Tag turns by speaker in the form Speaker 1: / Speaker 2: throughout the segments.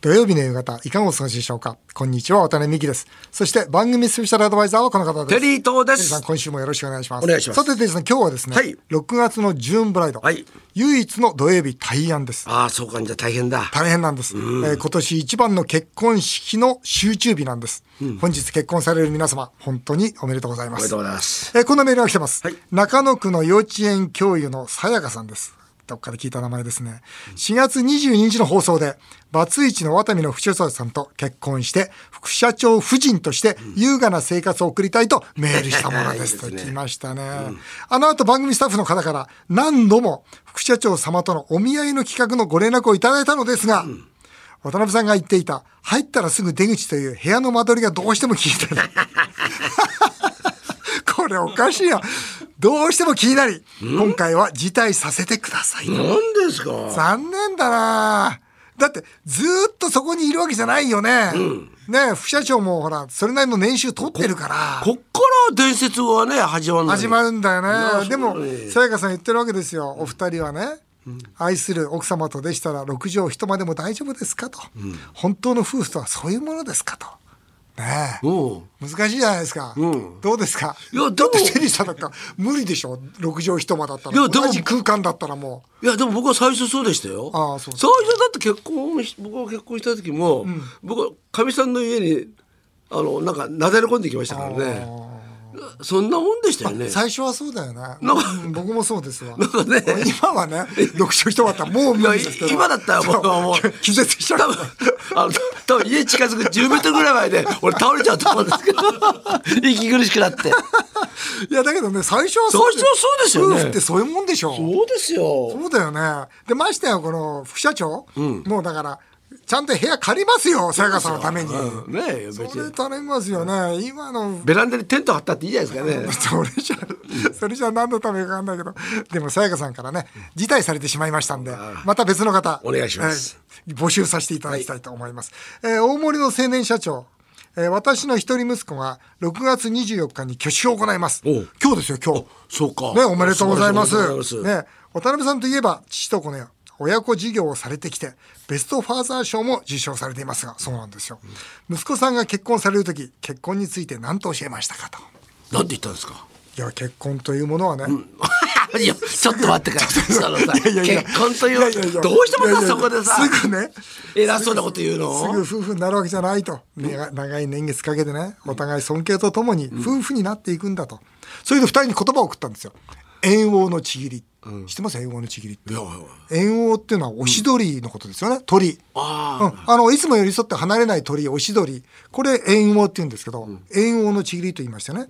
Speaker 1: 土曜日の夕方、いかがお過ごしでしょうかこんにちは、渡辺美希です。そして番組スペシャルアドバイザーはこの方です。
Speaker 2: テリー東です
Speaker 1: テさん、今週もよろしくお願いします。
Speaker 2: お願いします
Speaker 1: さて、テリーさん、今日はですね、
Speaker 2: はい
Speaker 1: 6月のジューンブライド、
Speaker 2: はい
Speaker 1: 唯一の土曜日対案です。
Speaker 2: ああ、そうか、じゃあ大変だ。
Speaker 1: 大変なんです、えー今年一番の結婚式の集中日なんです、本日結婚される皆様、本当におめでとうござい
Speaker 2: お
Speaker 1: ま
Speaker 2: めですとう。ございます。
Speaker 1: えーこのメールが来てます、
Speaker 2: はい
Speaker 1: 中野区の幼稚園教諭のさやかさんですどっかで聞いた名前ですね4月22日の放送でバツイチの渡見の不所さんと結婚して副社長夫人として優雅な生活を送りたいとメールしたものです
Speaker 2: いいですね
Speaker 1: と来ましたね、あの後番組スタッフの方から何度も副社長様とのお見合いの企画のご連絡をいただいたのですが、渡辺さんが言っていた入ったらすぐ出口という部屋の間取りがどうしても聞いてない これおかしいな。どうしても気になり、今回は辞退させてください。
Speaker 2: 何ですか
Speaker 1: 残念だなだって、ずーっとそこにいるわけじゃないよね。ねえ副社長もほら、それなりの年収取ってるから。
Speaker 2: こっから伝説はね、始まるのに
Speaker 1: 始まるんだよ
Speaker 2: や
Speaker 1: ね。でも
Speaker 2: そうね、
Speaker 1: さやかさん言ってるわけですよ。お二人はね。愛する奥様とでしたら6畳一間でも大丈夫ですかと、本当の夫婦とはそういうものですかとねえ
Speaker 2: うん。
Speaker 1: 難しいじゃないですか、
Speaker 2: うん
Speaker 1: どうですか
Speaker 2: いやでも
Speaker 1: だってテリーさんだったら無理でしょ六畳一間だったら
Speaker 2: いやでも
Speaker 1: 同じ空間だったらも
Speaker 2: いや、でも僕は最初そうでしたよ。
Speaker 1: ああそう
Speaker 2: 最初だって結婚し、僕が結婚した時も、僕はかみさんの家に、あの、なんか、なだれ込んできましたからね。そんなもんでしたよ
Speaker 1: う、
Speaker 2: ね。
Speaker 1: 最初はそうだよね
Speaker 2: なんか
Speaker 1: うん僕もそうですわ
Speaker 2: んかね
Speaker 1: 今はね六畳一間だったらもう無理ですけど
Speaker 2: いや今だったら僕はもう
Speaker 1: そう気絶しちゃ
Speaker 2: 多
Speaker 1: う
Speaker 2: 分あの多分家近づく10メートルぐらい前で俺倒れちゃうと思うんですけど息苦しくなって
Speaker 1: いやだけどね最初はそう
Speaker 2: 最初はそうですよね
Speaker 1: 夫婦ってそういうもんでしょ
Speaker 2: そうですよ
Speaker 1: そうだよねでましてやこの副社長、もうだからちゃんと部屋借りますよさやかさんのために、
Speaker 2: うんねえ別
Speaker 1: そ
Speaker 2: に
Speaker 1: れ頼みますよね今の
Speaker 2: ベランダにテント張ったっていいじゃないですか
Speaker 1: そ
Speaker 2: ね
Speaker 1: れじゃ、それじゃ何のためかわかんないけど、でもさやかさんからね、辞退されてしまいましたんで、また別の方、
Speaker 2: お願いします
Speaker 1: えー。募集させていただきたいと思います。えー大森の青年社長、えー私の一人息子が6月24日に挙手を行います。
Speaker 2: おう
Speaker 1: 今日ですよ、今日。
Speaker 2: そうか
Speaker 1: ね、おめでとうございま
Speaker 2: おめでとうご
Speaker 1: す。
Speaker 2: ざいます
Speaker 1: ね、渡辺さんといえば、父と子の親子事業をされてきて、ベストファーザー賞も受賞されていますが、そうなんですよ。息子さんが結婚されるとき、結婚について何と教えましたかと。
Speaker 2: なんて言ったんですか
Speaker 1: いや結婚というものはね、
Speaker 2: いやちょっと待ってからそのさ
Speaker 1: いやいやいや
Speaker 2: 結婚とい
Speaker 1: いやいやいうや
Speaker 2: どうしても
Speaker 1: いやい
Speaker 2: さ
Speaker 1: や
Speaker 2: そこでさ
Speaker 1: すぐね
Speaker 2: 偉そうなこと言う
Speaker 1: す
Speaker 2: の
Speaker 1: ぐ夫婦になるわけじゃないと、ね長い年月かけてねお互い尊敬とともに夫婦になっていくんだと、それで二人に言葉を送ったんですよ円王のちぎり、知ってます円王のちぎりって
Speaker 2: いやいや
Speaker 1: 円王っていうのはおし鳥のことですよね、鳥
Speaker 2: ああ
Speaker 1: うん、あのいつも寄り添って離れない鳥オシドリこれ猿翁って言うんですけど、猿翁のちぎりと言いましてね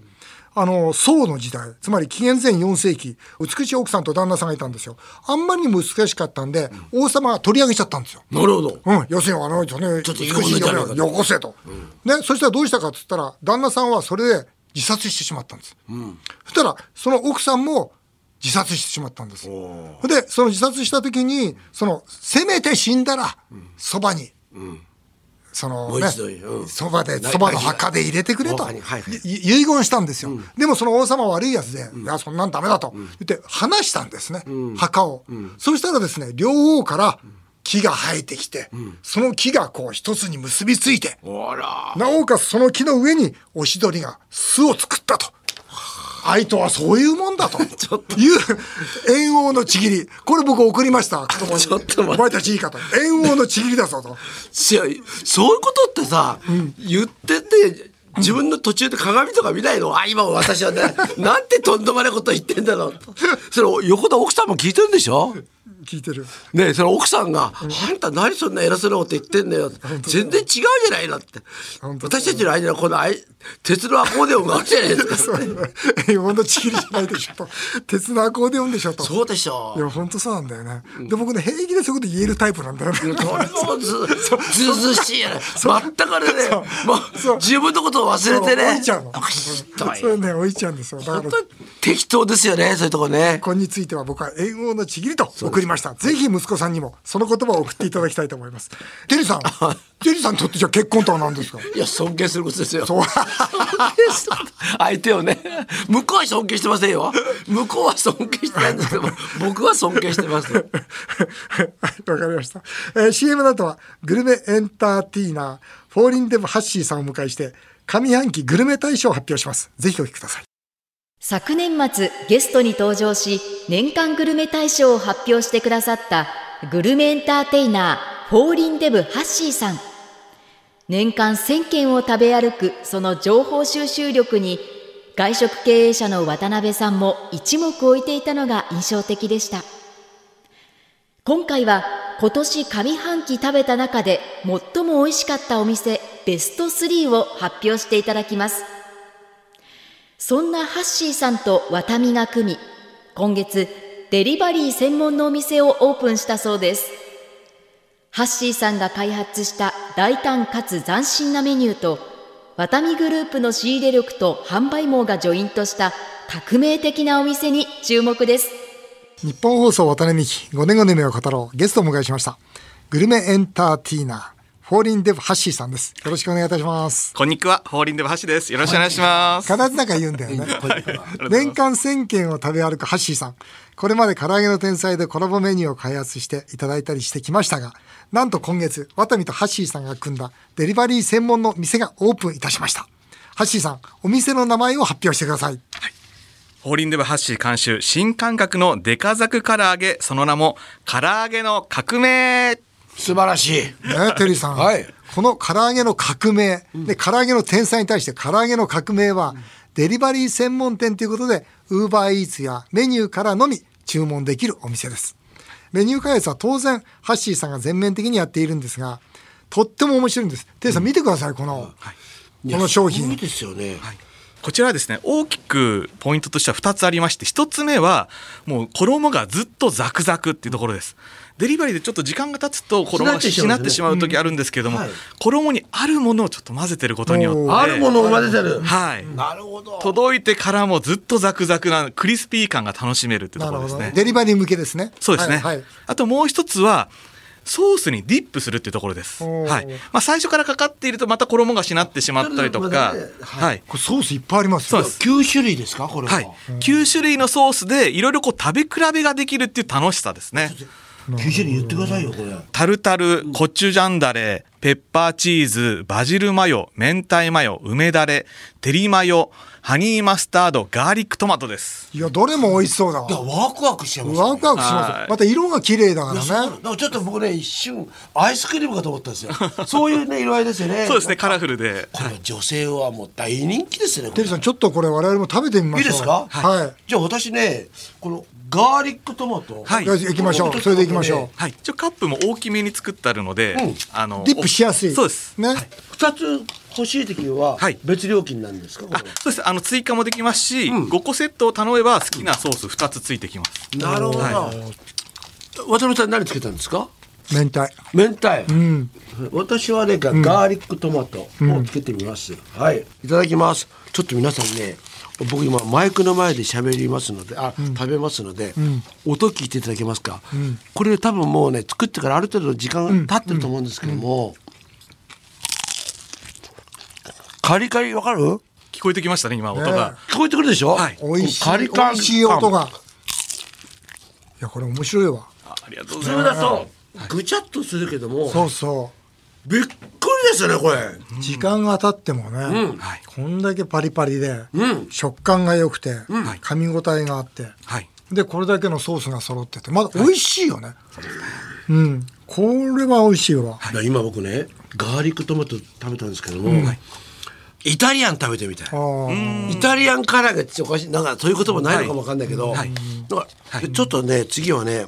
Speaker 1: あの宋の時代つまり紀元前4世紀美しい奥さんと旦那さんがいたんですよあんまりにも難しかったんで、王様が取り上げちゃったんですよ。
Speaker 2: なるほど
Speaker 1: うん、要するにあの人ね
Speaker 2: ちょっと
Speaker 1: 美しい嫁をよこせと、ね、そしたらどうしたかっつったら旦那さんはそれで自殺してしまったんです、そしたらその奥さんも自殺してしまったんです
Speaker 2: お
Speaker 1: でその自殺した時にそのせめて死んだらそばに、そ
Speaker 2: も
Speaker 1: の
Speaker 2: う
Speaker 1: ね
Speaker 2: 一度うん
Speaker 1: そば、で
Speaker 2: ない
Speaker 1: そばの墓で入れてくれと、
Speaker 2: はいはいはい
Speaker 1: い遺言したんですよ、でもその王様は悪いやつで、いやそんなんダメだと言って話したんですね、墓を、そしたらですね両方から木が生えてきて、その木がこう一つに結びついて、
Speaker 2: あら
Speaker 1: なおかつその木の上にオシドリが巣を作ったと。愛とはそういうもん だという猿翁のちぎりこれ僕送りました子供に
Speaker 2: ちょっと待って
Speaker 1: お前たちいいかと猿翁のちぎりだぞと
Speaker 2: いやそういうことってさ、言ってて自分の途中で鏡とか見ないの、あ今私はね なんてとんでもないこと言ってんだろうとそれ横田奥さんも聞いてるんでしょ
Speaker 1: 聞いてる
Speaker 2: ねえその奥さんが「あんた何そんな偉そうなこと言ってんだよ」全然違うじゃないの」って
Speaker 1: 本当だ
Speaker 2: 私たちの間にはこのあい鉄のアコーディオンがあるじゃないですか
Speaker 1: 猿翁のちぎりじゃないでしょと鉄のアコーディオンでしょと
Speaker 2: そうでしょ
Speaker 1: いや本当そうなんだよねで僕ね平気でそういうこと言えるタイプなんだよね
Speaker 2: これもずずうずうしいやね全くあれねも
Speaker 1: そう
Speaker 2: う自分のことを忘れ
Speaker 1: そ
Speaker 2: て
Speaker 1: う
Speaker 2: ね
Speaker 1: 置いちゃうの
Speaker 2: おかしいとは言
Speaker 1: そ
Speaker 2: えない
Speaker 1: うね置いちゃうんですよだ
Speaker 2: 本
Speaker 1: から
Speaker 2: 当に適当ですよねそういうとこね
Speaker 1: これについては僕は猿翁のちぎりと送りました。ぜひ息子さんにもその言葉を送っていただきたいと思います。 テリーさん、テリーさんにとってじゃあ結婚とは何ですか。
Speaker 2: いや尊敬することですよ。尊敬する相手をね向こうは尊敬してませんよ。向こうは尊敬してないんですけど僕は尊敬してますよ。
Speaker 1: はいわかりました。えー、CM の後はグルメエンターテイナーフォーリンデブハッシーさんをお迎えして上半期グルメ大賞を発表します。ぜひお聞きください。
Speaker 3: 昨年末ゲストに登場し年間グルメ大賞を発表してくださったグルメエンターテイナーフォーリンデブハッシーさん年間1000件を食べ歩くその情報収集力に外食経営者の渡辺さんも一目置いていたのが印象的でした今回は今年上半期食べた中で最も美味しかったお店ベスト3を発表していただきますそんなハッシーさんとワタミが組み、今月、デリバリー専門のお店をオープンしたそうです。ハッシーさんが開発した大胆かつ斬新なメニューと、ワタミグループの仕入れ力と販売網がジョイントした革命的なお店に注目です。
Speaker 1: 日本放送渡辺美希5年後の夢を語ろうゲストをお迎えしましたグルメエンターテイナーフォーリンデブハッシーさんですよろしくお願いいたします
Speaker 4: こんにちは、ホーリンデブハシです。よろしくお願いします。
Speaker 1: 必ずなんか言うんだよね年間1000件を食べ歩くハッシーさんこれまで唐揚げの天才でコラボメニューを開発していただいたりしてきましたがなんと今月渡辺とハッシーさんが組んだデリバリー専門の店がオープンいたしましたハッシーさんお店の名前を発表してください
Speaker 4: ホーリンデブハッシー監修、新感覚のデカザク唐揚げ、その名も、唐揚げの革命
Speaker 2: 素晴らしい。
Speaker 1: ね、テリーさん、
Speaker 2: はい
Speaker 1: この唐揚げの革命、で唐揚げの天才に対して唐揚げの革命は、デリバリー専門店ということでウーバーイーツやメニューからのみ注文できるお店ですメニュー開発は当然ハッシーさんが全面的にやっているんですがとっても面白いんですテリーさん見てくださいこの、この商
Speaker 2: いい
Speaker 1: 品
Speaker 2: ですよね。
Speaker 4: こちらはですね、大きくポイントとしては2つありまして、1つ目は、もう衣がずっとザクザクっていうところです。デリバリーでちょっと時間が経つと衣がしなってしまう時あるんですけれども、
Speaker 2: はい
Speaker 4: 衣にあるものをちょっと混ぜてることによって、
Speaker 2: あるものを混ぜてる。
Speaker 4: はい、
Speaker 2: なるほど。
Speaker 4: 届いてからもずっとザクザクなクリスピー感が楽しめるってと
Speaker 1: な
Speaker 4: こ
Speaker 1: るほ
Speaker 4: ろです
Speaker 1: ど、
Speaker 4: ね。
Speaker 1: デリバリー向けですね
Speaker 4: そうですね、
Speaker 1: はいはい
Speaker 4: あともう一つはソースにディップするっていうところです、
Speaker 1: おー
Speaker 4: はいまあ、最初からかかっているとまた衣がしなってしまったりとか、
Speaker 2: ちょっと待ってはい
Speaker 4: はい
Speaker 1: これソースいっぱいありますよ
Speaker 4: そうです
Speaker 2: 九種類ですかこれは。
Speaker 4: はい、9種類のソースでいろいろこう食べ比べができるっていう楽しさですね
Speaker 2: 九種類言ってくださいよこれ。
Speaker 4: タルタルコチュジャンダレペッパーチーズバジルマヨ明太マヨ梅だれテリマヨハニーマスタードガーリックトマトです
Speaker 1: いやどれも美味しそうだわ
Speaker 2: いやワクワクしちゃいますね。
Speaker 1: ワクワクします
Speaker 4: は
Speaker 1: よ
Speaker 4: い
Speaker 1: また色が綺麗だか
Speaker 2: いやそう
Speaker 1: ら
Speaker 2: な
Speaker 1: ね
Speaker 2: のだからちょっと僕ね一瞬アイスクリームかと思ったんですよそういうね色合いですよね
Speaker 4: そうですねカラフルで
Speaker 2: これ女性はもう大人気ですねこ
Speaker 1: テ
Speaker 2: れ
Speaker 1: リーさんちょっとこれ我々も食べてみま
Speaker 2: いい
Speaker 1: しょう
Speaker 2: ですか
Speaker 1: はい
Speaker 2: じゃあ私ねこのガーリックトマト
Speaker 4: はい
Speaker 1: よし行きましょうそれで行きましょう
Speaker 4: はい、一応カップも大きめに作ってあるので、
Speaker 2: うん
Speaker 4: あの
Speaker 1: ディップしやすい。
Speaker 4: そうです
Speaker 1: ね。
Speaker 2: 2つ欲しい時は
Speaker 4: はい
Speaker 2: 別料金なんですかこれ
Speaker 4: あそうですあの追加もできますし、5個セットを頼めば好きなソース2つついてきます、
Speaker 2: なるほど
Speaker 4: は
Speaker 2: 渡辺さん何つけたんですか
Speaker 1: 明太。
Speaker 2: 明太、私はねガガーリックトマトをつけてみます、はいいただきますちょっと皆さんね僕今マイクの前で喋りますのであ、食べますので、音聞いていただけますか、これ多分もうね作ってからある程度時間が経ってると思うんですけども、カリカリわかる聞
Speaker 4: 聞こえてきましたね今音
Speaker 1: ね
Speaker 4: が、
Speaker 2: こえてくるでしょ、
Speaker 4: はい
Speaker 1: 美味しい。
Speaker 2: カリカリ感
Speaker 1: 美味しい音が。いや、これ面白いわ。
Speaker 4: あありがとうご
Speaker 2: 普
Speaker 4: ざい
Speaker 2: 通
Speaker 4: ます
Speaker 2: だとぐちゃっとするけども
Speaker 1: そうそ
Speaker 2: びっくりですよねこれ
Speaker 1: う。時間が経ってもね、
Speaker 4: はい
Speaker 1: こんだけパリパリで、
Speaker 2: うん
Speaker 1: 食感が良くて、
Speaker 4: はい
Speaker 1: 噛み応えがあって、
Speaker 4: はい
Speaker 1: で、これだけのソースが揃ってて、まだ美味しいよね。うん。これは美味しいわ。
Speaker 2: だから今僕ねガーリックトマト食べたんですけども、イタリアン食べてみたい
Speaker 1: あー
Speaker 2: イタリアン唐揚げっておかしいなんかそういうこともないのかもわかんないけど、
Speaker 4: はい
Speaker 2: なんかちょっとね次はね、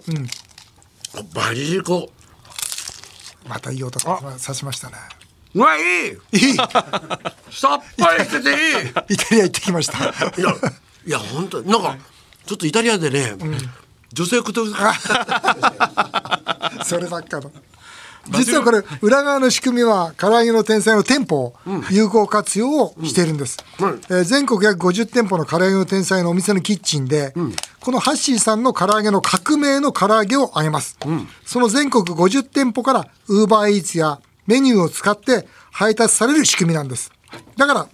Speaker 2: バジルコ
Speaker 1: またいい音ささしましたね。
Speaker 2: うわいい
Speaker 1: いい
Speaker 2: さっぱりしててい
Speaker 1: イ
Speaker 2: い
Speaker 1: タリア行ってきました。
Speaker 2: いや、いや、本当に、なんか、ちょっとイタリアでね、女性くと。
Speaker 1: そればっかの。実はこれ裏側の仕組みは唐揚げの天才の店舗を有効活用をしているんです、
Speaker 2: うんはい
Speaker 1: えー全国約50店舗の唐揚げの天才のお店のキッチンで、このハッシーさんの唐揚げの革命の唐揚げを揚げます、その全国50店舗からウーバーイーツやメニューを使って配達される仕組みなんですだから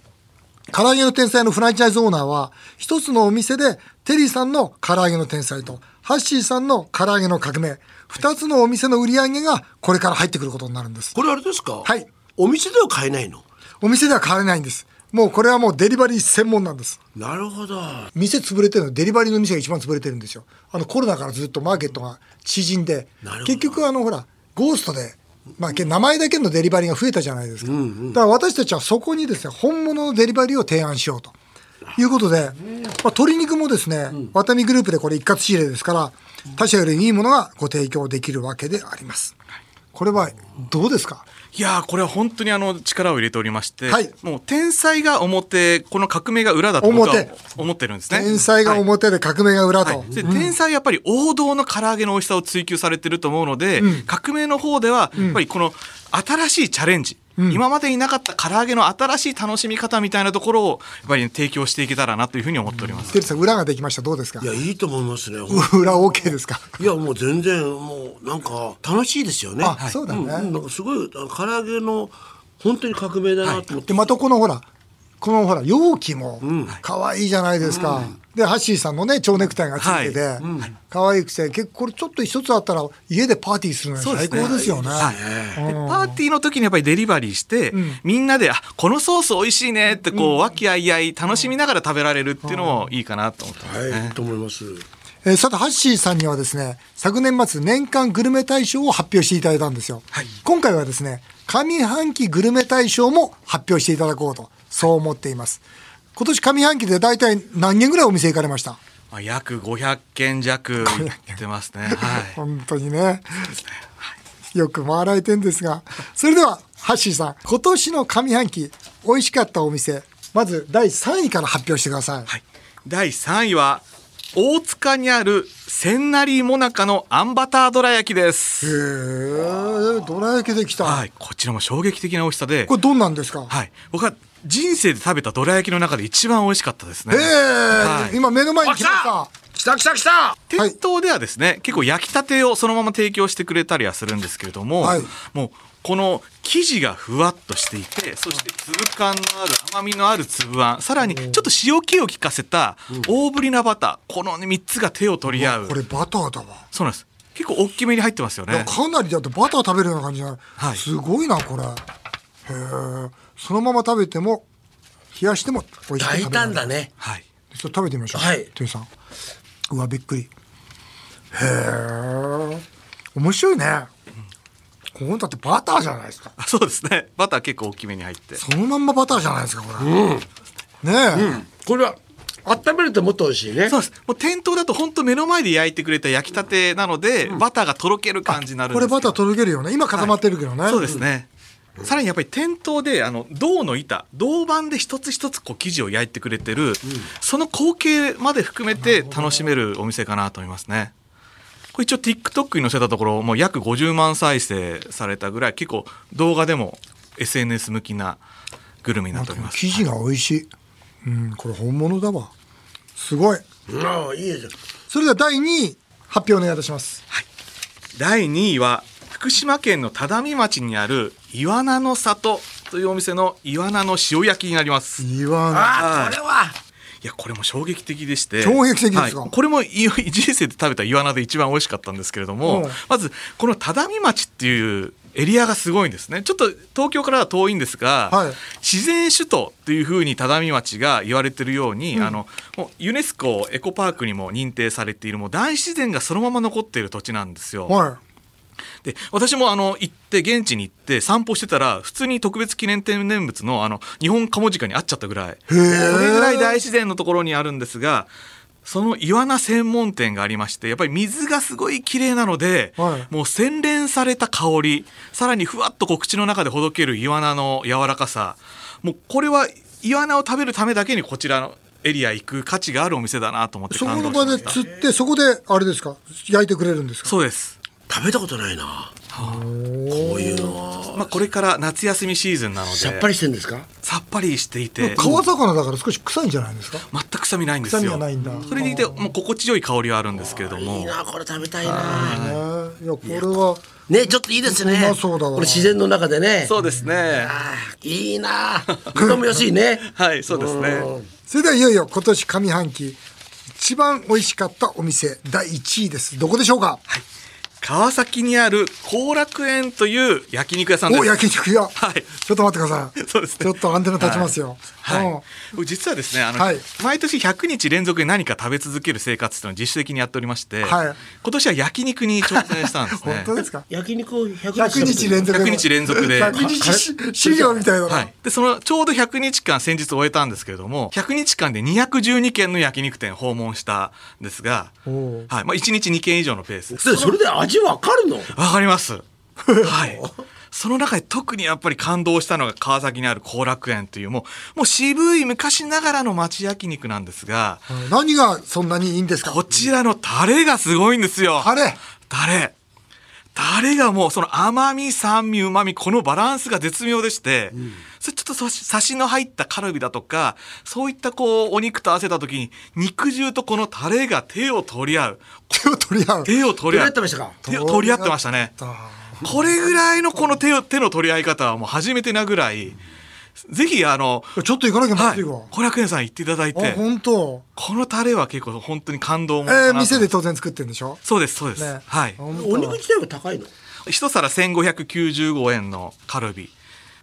Speaker 1: 唐揚げの天才のフランチャイズオーナーは一つのお店でテリーさんの唐揚げの天才とハッシーさんの唐揚げの革命二つのお店の売り上げがこれから入ってくることになるんです
Speaker 2: これあれですか。
Speaker 1: はい。
Speaker 2: お店では買えないの。
Speaker 1: お店では買われないんですもうこれはもうデリバリー専門なんです
Speaker 2: なるほど。
Speaker 1: 店潰れてるのデリバリーの店が一番潰れてるんですよあのコロナからずっとマーケットが縮んで
Speaker 2: なるほど
Speaker 1: 結局あのほらゴーストで、まあ、け名前だけのデリバリーが増えたじゃないですか、だから私たちはそこにですね本物のデリバリーを提案しようということで、まあ、鶏肉もですね、ワタミグループでこれ一括仕入れですから他社よりいいものがご提供できるわけでありますこれはどうですか
Speaker 4: いやーこれは本当にあの力を入れておりまして、
Speaker 1: はい
Speaker 4: もう天才が表この革命が裏だと僕は
Speaker 1: 表
Speaker 4: 思ってるんですね
Speaker 1: 天才が
Speaker 4: はい
Speaker 1: 表で革命が裏と、
Speaker 4: はい、で天才はやっぱり王道の唐揚げの美味しさを追求されてると思うので、革命の方ではやっぱりこの新しいチャレンジ、今までになかった唐揚げの新しい楽しみ方みたいなところをやっぱりね、提供していけたらなというふうに思っております。
Speaker 1: テリーさん裏ができましたどうですか
Speaker 2: いやいいと思いますね。
Speaker 1: 裏 OK ですか
Speaker 2: いやもう全然もうなんか楽しいですよね。
Speaker 1: あはいそうだね
Speaker 2: んなんかすごいあの唐揚げの本当に革命だなと思って。
Speaker 1: でまたこのほらこのほら容器も可愛いじゃないですか、でハッシーさんのね蝶ネクタイがついてて、
Speaker 4: はい
Speaker 1: 可愛くて結構これちょっと一つあったら家でパーティーするのに
Speaker 4: そう
Speaker 1: 最
Speaker 4: ですね
Speaker 1: 高ですよね
Speaker 4: はいでパーティーの時にやっぱりデリバリーして、みんなで「あこのソース美味しいね」ってこう、和気あいあい楽しみながら食べられるっていうのもいいかなと思ってます、
Speaker 2: はい、いいと思います。
Speaker 1: えーさてハッシーさんにはですね昨年末年間グルメ大賞を発表していただいたんですよ、今回はですね上半期グルメ大賞も発表していただこうとそう思っています今年上半期で大体何件ぐらいお店行かれました
Speaker 4: まあ、約500件弱行ってますね。はい
Speaker 1: 本当にね。よく回られてんですが、それではハッシーさん、今年の上半期美味しかったお店、まず第3位から発表してください。
Speaker 4: はい、第3位は大塚にある千成もなかのあんバターどら焼きで
Speaker 1: へ
Speaker 4: す、
Speaker 1: え、どら焼きできた。
Speaker 4: はい、こちらも衝撃的な美味しさで
Speaker 1: こ、れどんなんですか。
Speaker 4: はい、僕は人生で食べたどら焼きの中で一番美味しかったですね、
Speaker 1: ええ
Speaker 4: はい
Speaker 1: 今目の前に来ました。
Speaker 2: 来た来た来た。
Speaker 1: はい
Speaker 4: 店頭ではですね、結構焼きたてをそのまま提供してくれたりはするんですけれども、
Speaker 1: はい
Speaker 4: もうこの生地がふわっとしていてそして粒感のある甘みのある粒あんさらにちょっと塩気を効かせた大ぶりなバターこの3つが手を取り合う
Speaker 1: これバターだわ。
Speaker 4: そうなんです結構大きめに入ってますよね
Speaker 1: かなりだってバター食べるような感じじゃない。
Speaker 4: はい
Speaker 1: すごいなこれ。へえ、そのまま食べても冷やしても美味しく
Speaker 2: 大
Speaker 1: 食べられ
Speaker 2: 胆
Speaker 1: る
Speaker 2: だね。
Speaker 4: はい。
Speaker 1: ちょっと食べてみましょう。
Speaker 2: はい
Speaker 1: テイさん。うわ、びっくり。へえ。面白いね。ここだってバターじゃないですか。
Speaker 4: あそうですね。バター結構大きめに入って。
Speaker 1: そのまんまバターじゃないですか、これ。ねえ、
Speaker 2: これは温めるともっと美味しいね。
Speaker 4: そうです。もう店頭だと本当目の前で焼いてくれた焼きたてなので、バターがとろける感じになるん
Speaker 1: こ
Speaker 4: で
Speaker 1: れ
Speaker 4: すけど。
Speaker 1: バターとろけるよね。今固まってるけどね。
Speaker 4: そうですね。さらにやっぱり店頭であの銅の板銅板で一つ一つこう生地を焼いてくれてる、その光景まで含めて楽しめるお店かなと思いますね。これ一応 TikTok に載せたところもう約50万再生されたぐらい結構動画でも SNS 向きなグルメになっております。
Speaker 1: 生地が美味しい。うん、これ本物だわ。すごい。
Speaker 2: ああいいですよ。
Speaker 1: それでは第2位、発表お願いいたします。
Speaker 4: 第2位は福島県の只見町にあるイワナの里というお店のイワナの塩焼きになります。い
Speaker 1: いわ
Speaker 2: ああこれは。
Speaker 4: やこれも衝撃的でして
Speaker 1: 衝撃的ですか
Speaker 4: はいこれもい人生で食べたイワナで一番美味しかったんですけれども、
Speaker 1: うん
Speaker 4: まずこの只見町っていうエリアがすごいんですねちょっと東京からは遠いんですが、
Speaker 1: はい
Speaker 4: 自然首都っていうふうに只見町が言われてるように、あのもうユネスコエコパークにも認定されているもう大自然がそのまま残っている土地なんですよ。
Speaker 1: は
Speaker 4: で私もあの行って現地に行って散歩してたら普通に特別記念天然物のあの日本カモジカに会っちゃったぐらいそれぐらい大自然のところにあるんですがそのイワナ専門店がありましてやっぱり水がすごい綺麗なので、
Speaker 1: はい
Speaker 4: もう洗練された香りさらにふわっとこう口の中でほどけるイワナの柔らかさもうこれはイワナを食べるためだけにこちらのエリア行く価値があるお店だなと思っ
Speaker 1: い。
Speaker 4: て
Speaker 1: そこ
Speaker 4: 感動
Speaker 1: の
Speaker 4: しま
Speaker 1: 場
Speaker 4: し
Speaker 1: で
Speaker 4: た
Speaker 1: 釣って、そこで、あれですか、焼いてくれるんですか
Speaker 4: そうです
Speaker 2: 食べたことないな。こういうのは
Speaker 4: まあ、これから夏休みシーズンなので
Speaker 2: さっぱりしてんですか。
Speaker 4: さっぱりしていて
Speaker 1: 川魚だから少し臭いんじゃないですか
Speaker 4: 全く臭みないんですよ
Speaker 1: 臭みはないんだ
Speaker 4: それでいてもう心地よい香りはあるんですけれども
Speaker 2: いいなこれ食べたいな
Speaker 1: ねいやこれは
Speaker 2: ねちょっといいですね
Speaker 1: うまそうだわ
Speaker 2: これ自然の中でね
Speaker 4: そうですね
Speaker 2: あーい いなこれもよしいね
Speaker 4: はいそうですね
Speaker 1: それではいよいよ今年上半期一番美味しかったお店第1位ですどこでしょうか、
Speaker 4: 川崎にある後楽園という焼肉屋さんで
Speaker 1: お
Speaker 4: す
Speaker 1: 焼肉屋、
Speaker 4: はい
Speaker 1: ちょっと待ってください
Speaker 4: そうですね
Speaker 1: ちょっとアンテナ立ちますよ、う
Speaker 4: はい
Speaker 1: ん
Speaker 4: これ実はですねあの、
Speaker 1: はい
Speaker 4: 毎年100日連続で何か食べ続ける生活っていうのを自主的にやっておりまして、
Speaker 1: はい
Speaker 4: 今年は焼肉に挑戦したんですね
Speaker 1: 本当ですか
Speaker 2: 焼肉を100
Speaker 1: 100日連続
Speaker 4: 100日連続で
Speaker 1: 100日し資料みたいなの、
Speaker 4: はい、でそのちょうど100日間先日終えたんですけれども100日間で212軒の焼肉店を訪問したんですが、
Speaker 1: お
Speaker 4: はいまあ、1日2軒以上のペース
Speaker 2: でそれで味わかるの
Speaker 4: わかります。 はい。その中で特にやっぱり感動したのが川崎にある後楽園というもうもう渋い昔ながらの町焼肉なんですが、
Speaker 1: 何がそんなにいいんですか
Speaker 4: こちらのタレがすごいんですよ。
Speaker 1: タレ
Speaker 4: タレ。タレがもうその甘み、酸味、旨み、このバランスが絶妙でして、それちょっとそしサシの入ったカルビだとか、そういったこう、お肉と合わせた時に、肉汁とこのタレが手を取り合う。
Speaker 1: 手を取り合う
Speaker 4: 手を取り
Speaker 2: 取り合
Speaker 4: 合う。
Speaker 2: ってましたか
Speaker 4: 手を取り合ってましたね。これぐらいのこの手を手の取り合い方はもう初めてなぐらい、ぜひあの、
Speaker 1: ちょっと行かなきゃま
Speaker 4: は
Speaker 1: ず
Speaker 4: い、
Speaker 1: いわ、
Speaker 4: 後楽園さん行っていただい
Speaker 1: あ
Speaker 4: て、
Speaker 1: 本当
Speaker 4: このタレは結構本当に感動も
Speaker 1: え
Speaker 4: のかな
Speaker 1: ー、
Speaker 4: と
Speaker 1: 店で当然作ってるんでしょ
Speaker 4: そうです、そうです。
Speaker 1: ね
Speaker 4: はい。
Speaker 1: 本当
Speaker 2: お肉自体は高いの
Speaker 4: 一皿1595円のカルビ。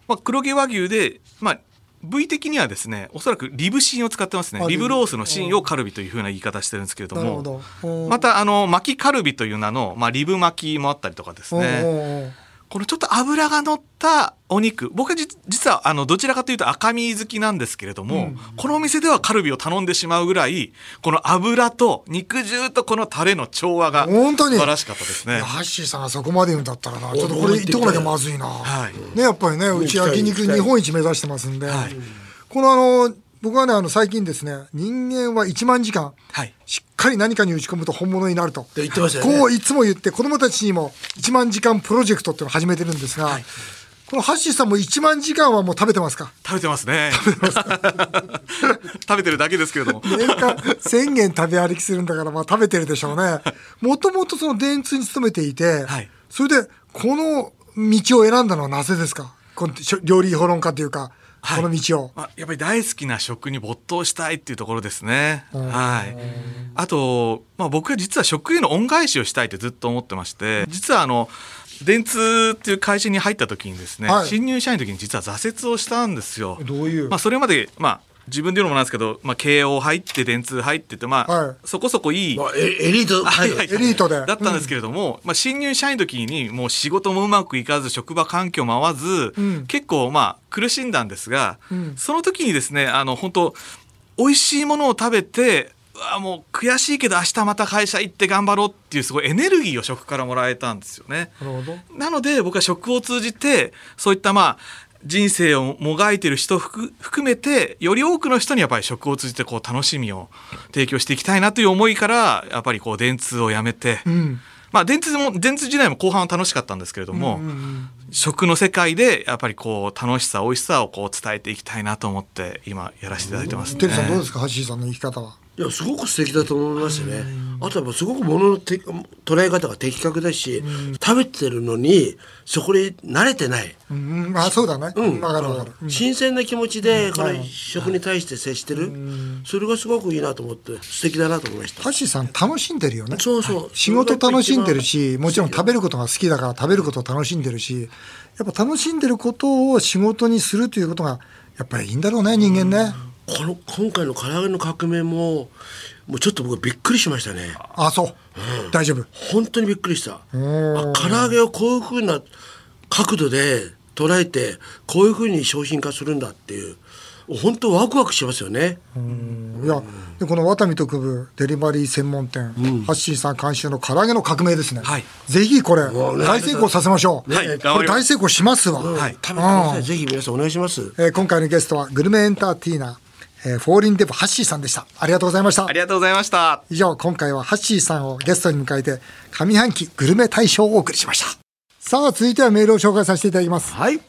Speaker 4: まあ、黒毛和牛で、まあ、部位的にはですね、おそらくリブ芯を使ってますね
Speaker 1: あ。リ
Speaker 4: リ
Speaker 1: ブ
Speaker 4: ブロースの芯をカルビというふうな言い方してるんですけれど
Speaker 1: なるほ
Speaker 4: も
Speaker 1: ど、うん
Speaker 4: また、あの、巻きカルビという名の、まあ、リブ巻きもあったりとかですね。
Speaker 1: うんうんうん
Speaker 4: このちょっと脂が乗ったお肉僕はじ実はあのどちらかというと赤身好きなんですけれども、このお店ではカルビを頼んでしまうぐらいこの脂と肉汁とこのタレの調和が
Speaker 1: 本当に
Speaker 4: 素晴らしかったです
Speaker 1: い
Speaker 4: ね
Speaker 1: や。ハッシーさんがそこまで言うんだったらなちょっとこれ行ってこなきゃまずいな、
Speaker 4: はい
Speaker 1: ねやっぱりねうち
Speaker 2: 行きたい
Speaker 1: 焼肉
Speaker 2: 行きたい
Speaker 1: 日本一目指してますんで、
Speaker 4: はい
Speaker 1: このあの僕はねあの最近ですね人間は1万時間、
Speaker 4: はい
Speaker 1: しっかり何かに打ち込むと本物になると
Speaker 2: て言ってましたよね
Speaker 1: こういつも言って子どもたちにも1万時間プロジェクトっていうのを始めてるんですが、このハッシーさんも1万時間はもう食べてますか
Speaker 4: 食べてますね。 食べてるだけですけれども。
Speaker 1: 年間1000元食べ歩きするんだから、まあ食べてるでしょうね。もともとその電通に勤めていて、
Speaker 4: はい
Speaker 1: それで、この道を選んだのはなぜですかこの料理評論家というか、
Speaker 4: はい
Speaker 1: この道を。
Speaker 4: まあ、やっぱり大好きな食に没頭したいっていうところですね。はい。あと、まあ、僕は実は食への恩返しをしたいってずっと思ってまして、実はあの、電通っていう会社に入った時にですね、
Speaker 1: はい
Speaker 4: 新入社員の時に実は挫折をしたんですよ。
Speaker 1: どういう
Speaker 4: まあ、それまで、まあ、自分で言うのもなんですけど、まあ、慶応入って、電通入ってって、まあ、
Speaker 1: はい
Speaker 4: そこそこいい
Speaker 2: まあエエリート
Speaker 4: は
Speaker 2: はいい
Speaker 4: はい
Speaker 1: エリートで
Speaker 4: だったんですけれども、まあ、新入社員の時にもう仕事もうまくいかず職場環境も合わず、
Speaker 1: ん
Speaker 4: 結構まあ苦しんだんですが、
Speaker 1: ん
Speaker 4: その時にですねあの本当美味しいものを食べてうわもう悔しいけど明日また会社行って頑張ろうっていうすごいエネルギーを食からもらえたんですよね。
Speaker 1: なるほど。
Speaker 4: なので僕は食を通じてそういったまあ人生をもがいてる人含含めてより多くの人にやっぱり食を通じてこう楽しみを提供していきたいなという思いからやっぱりこう電通をやめて、
Speaker 1: うん。
Speaker 4: まあ電通も電通時代も後半は楽しかったんですけれども、食の世界でやっぱりこう楽しさ美味しさをこう伝えていきたいなと思って今やらせていただいてますね。
Speaker 1: テルさんどうですか、ハッシーさんの生き方は。
Speaker 2: いやすごく素敵だと思いましたね。あとはやっぱすごく物のて捉え方が的確だし、食べてるのにそこに慣れてない。
Speaker 1: うん、うんあ、そうだね。わ、
Speaker 2: うん
Speaker 1: かるわかる。
Speaker 2: 新鮮な気持ちでこの食に対して接してる、それがすごくいいなと思って素敵だなと思いました
Speaker 1: ハッ。シーさん楽しんでるよね。
Speaker 2: そうそう。
Speaker 1: 仕事楽しんでる
Speaker 2: それがや
Speaker 1: し
Speaker 2: っぱ一番
Speaker 1: もちろん食べることが好きだから食べることを楽しんでるしやっぱ楽しんでることを仕事にするということがやっぱりいいんだろうね人間ね。
Speaker 2: この今回の唐揚げの革命ももうちょっと僕はびっくりしましたね
Speaker 1: あそう、大丈夫。
Speaker 2: 本当にびっくりしたあ唐揚げをこういうふうな角度で捉えてこういうふうに商品化するんだっていう本当ワクワクしますよね
Speaker 1: いやでこのワタミと組むデリバリー専門店、ハッシーさん監修の唐揚げの革命ですね、
Speaker 4: はい
Speaker 1: ぜひこれ
Speaker 2: わね
Speaker 1: 大成功させましょう、
Speaker 4: はい
Speaker 1: これ大成功しますわ、
Speaker 2: はい食べてくださいぜひ皆さんお願いします
Speaker 1: えー今回のゲストはグルメエンターテイナー、えーフォーリンデブハッシーさんでしたありがとうございました
Speaker 4: ありがとうございました。
Speaker 1: 以上今回はハッシーさんをゲストに迎えて上半期グルメ大賞をお送りしましたさあ続いてはメールを紹介させていただきます
Speaker 2: はい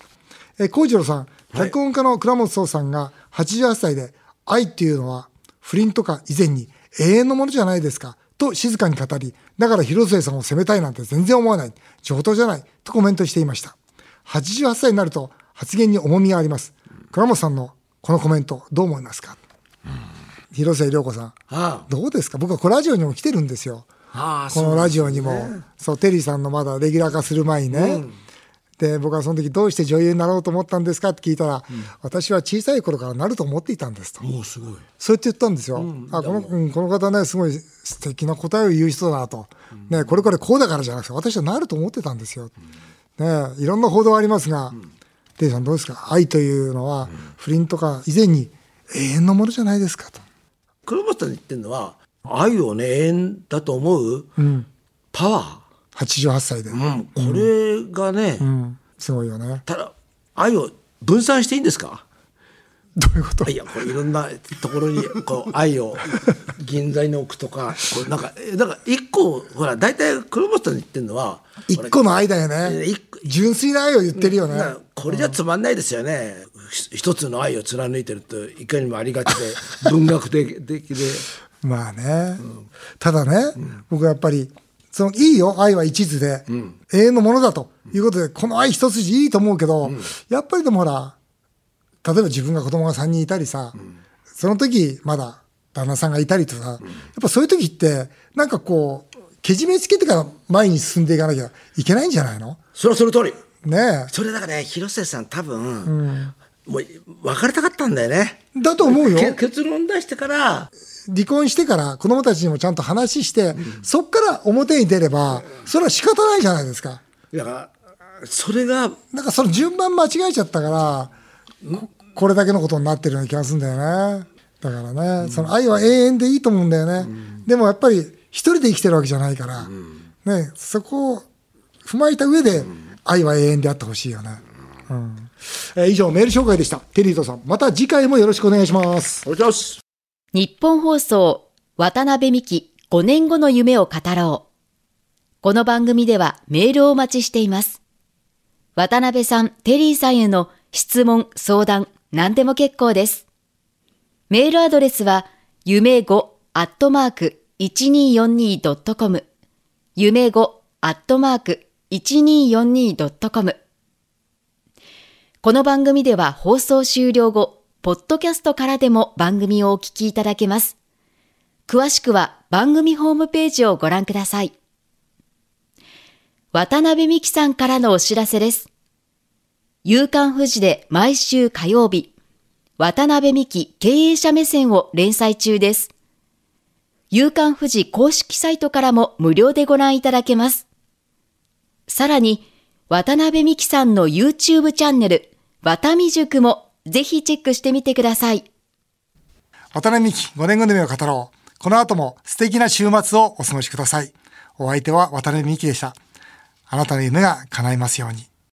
Speaker 1: えー、幸次郎さん脚本家の倉本壮さんが88歳で、愛っていうのは不倫とか以前に永遠のものじゃないですか。と静かに語り、だから広末さんを責めたいなんて全然思わない。上等じゃない。とコメントしていました。88歳になると発言に重みがあります。倉本さんのこのコメント、どう思いますか、広末涼子さん、はあ、どうですか僕はこのラジオにも来てるんですよ。はあ、このラジオにも。そう、ね,そう、テリーさんのまだレギュラー化する前にね。うんで僕はその時どうして女優になろうと思ったんですかって聞いたら、うん、私は小さい頃からなると思っていたんですと
Speaker 2: おすごい
Speaker 1: そうやって言ったんですよ、うん、あこのこの方ねすごい素敵な答えを言う人だなと、うん、ね、これこれこうだからじゃなくて私はなると思ってたんですよ、ね、いろんな報道ありますが、テリーさんどうですか愛というのは不倫とか以前に永遠のものじゃないですかと。
Speaker 2: 黒本さん言ってるのは愛をね永遠だと思う、パワー、
Speaker 1: 88歳で、うん
Speaker 2: これがね、
Speaker 1: うんうん、すごいよね
Speaker 2: ただ愛を分散していいんですか
Speaker 1: どういうこと
Speaker 2: いやこれいろんなところにこ う愛を銀座に置くとかこれなんかなんか一個ほら大体黒本さん言ってるのは
Speaker 1: 一個の愛だよね純粋な愛を言ってるよね
Speaker 2: これじゃつまんないですよね、一つの愛を貫いてるといかにもありがち で文学的で
Speaker 1: まあね、ただね、僕はやっぱりそのいいよ、愛は一途で、うん、永遠のものだということで、この愛一筋いいと思うけど、うん、やっぱりでもほら、例えば自分が子供が3人いたりさ、うん、その時まだ旦那さんがいたりとさ、やっぱそういう時って、なんかこう、けじめつけてから前に進んでいかなきゃいけないんじゃないの
Speaker 2: それはその通り。
Speaker 1: ね
Speaker 2: それだからね、広末さん多分、もう別れたかったんだよね。
Speaker 1: だと思うよ。
Speaker 2: 結論出してから、
Speaker 1: 離婚してから子供たちにもちゃんと話して、うん、そこから表に出れば、それは仕方ないじゃないですか。
Speaker 2: だから、それが。
Speaker 1: なんかその順番間違えちゃったから、これだけのことになってるような気がするんだよね。だからね、うん、その愛は永遠でいいと思うんだよね。うん、でもやっぱり一人で生きてるわけじゃないから、ね、そこを踏まえた上で、愛は永遠であってほしいよね。うんえー、以上メール紹介でした。テリーとさん、また次回もよろしくお願いします。
Speaker 2: お願いします。
Speaker 3: 日本放送渡辺美希5年後の夢を語ろう。この番組ではメールをお待ちしています。渡辺さん、テリーさんへの質問、相談、何でも結構です。メールアドレスは、夢5アットマーク 1242.com 夢5アットマーク 1242.com この番組では放送終了後、ポッドキャストからでも番組をお聞きいただけます。詳しくは番組ホームページをご覧ください。渡辺美希さんからのお知らせです。夕刊富士で毎週火曜日、渡辺美希経営者目線を連載中です。夕刊富士公式サイトからも無料でご覧いただけます。さらに、渡辺美希さんの YouTube チャンネル、渡美塾もぜひチェックしてみてください。
Speaker 1: 渡辺美希5年組を語ろう。この後も素敵な週末をお過ごしください。お相手は渡辺美希でした。あなたの夢が叶いますように。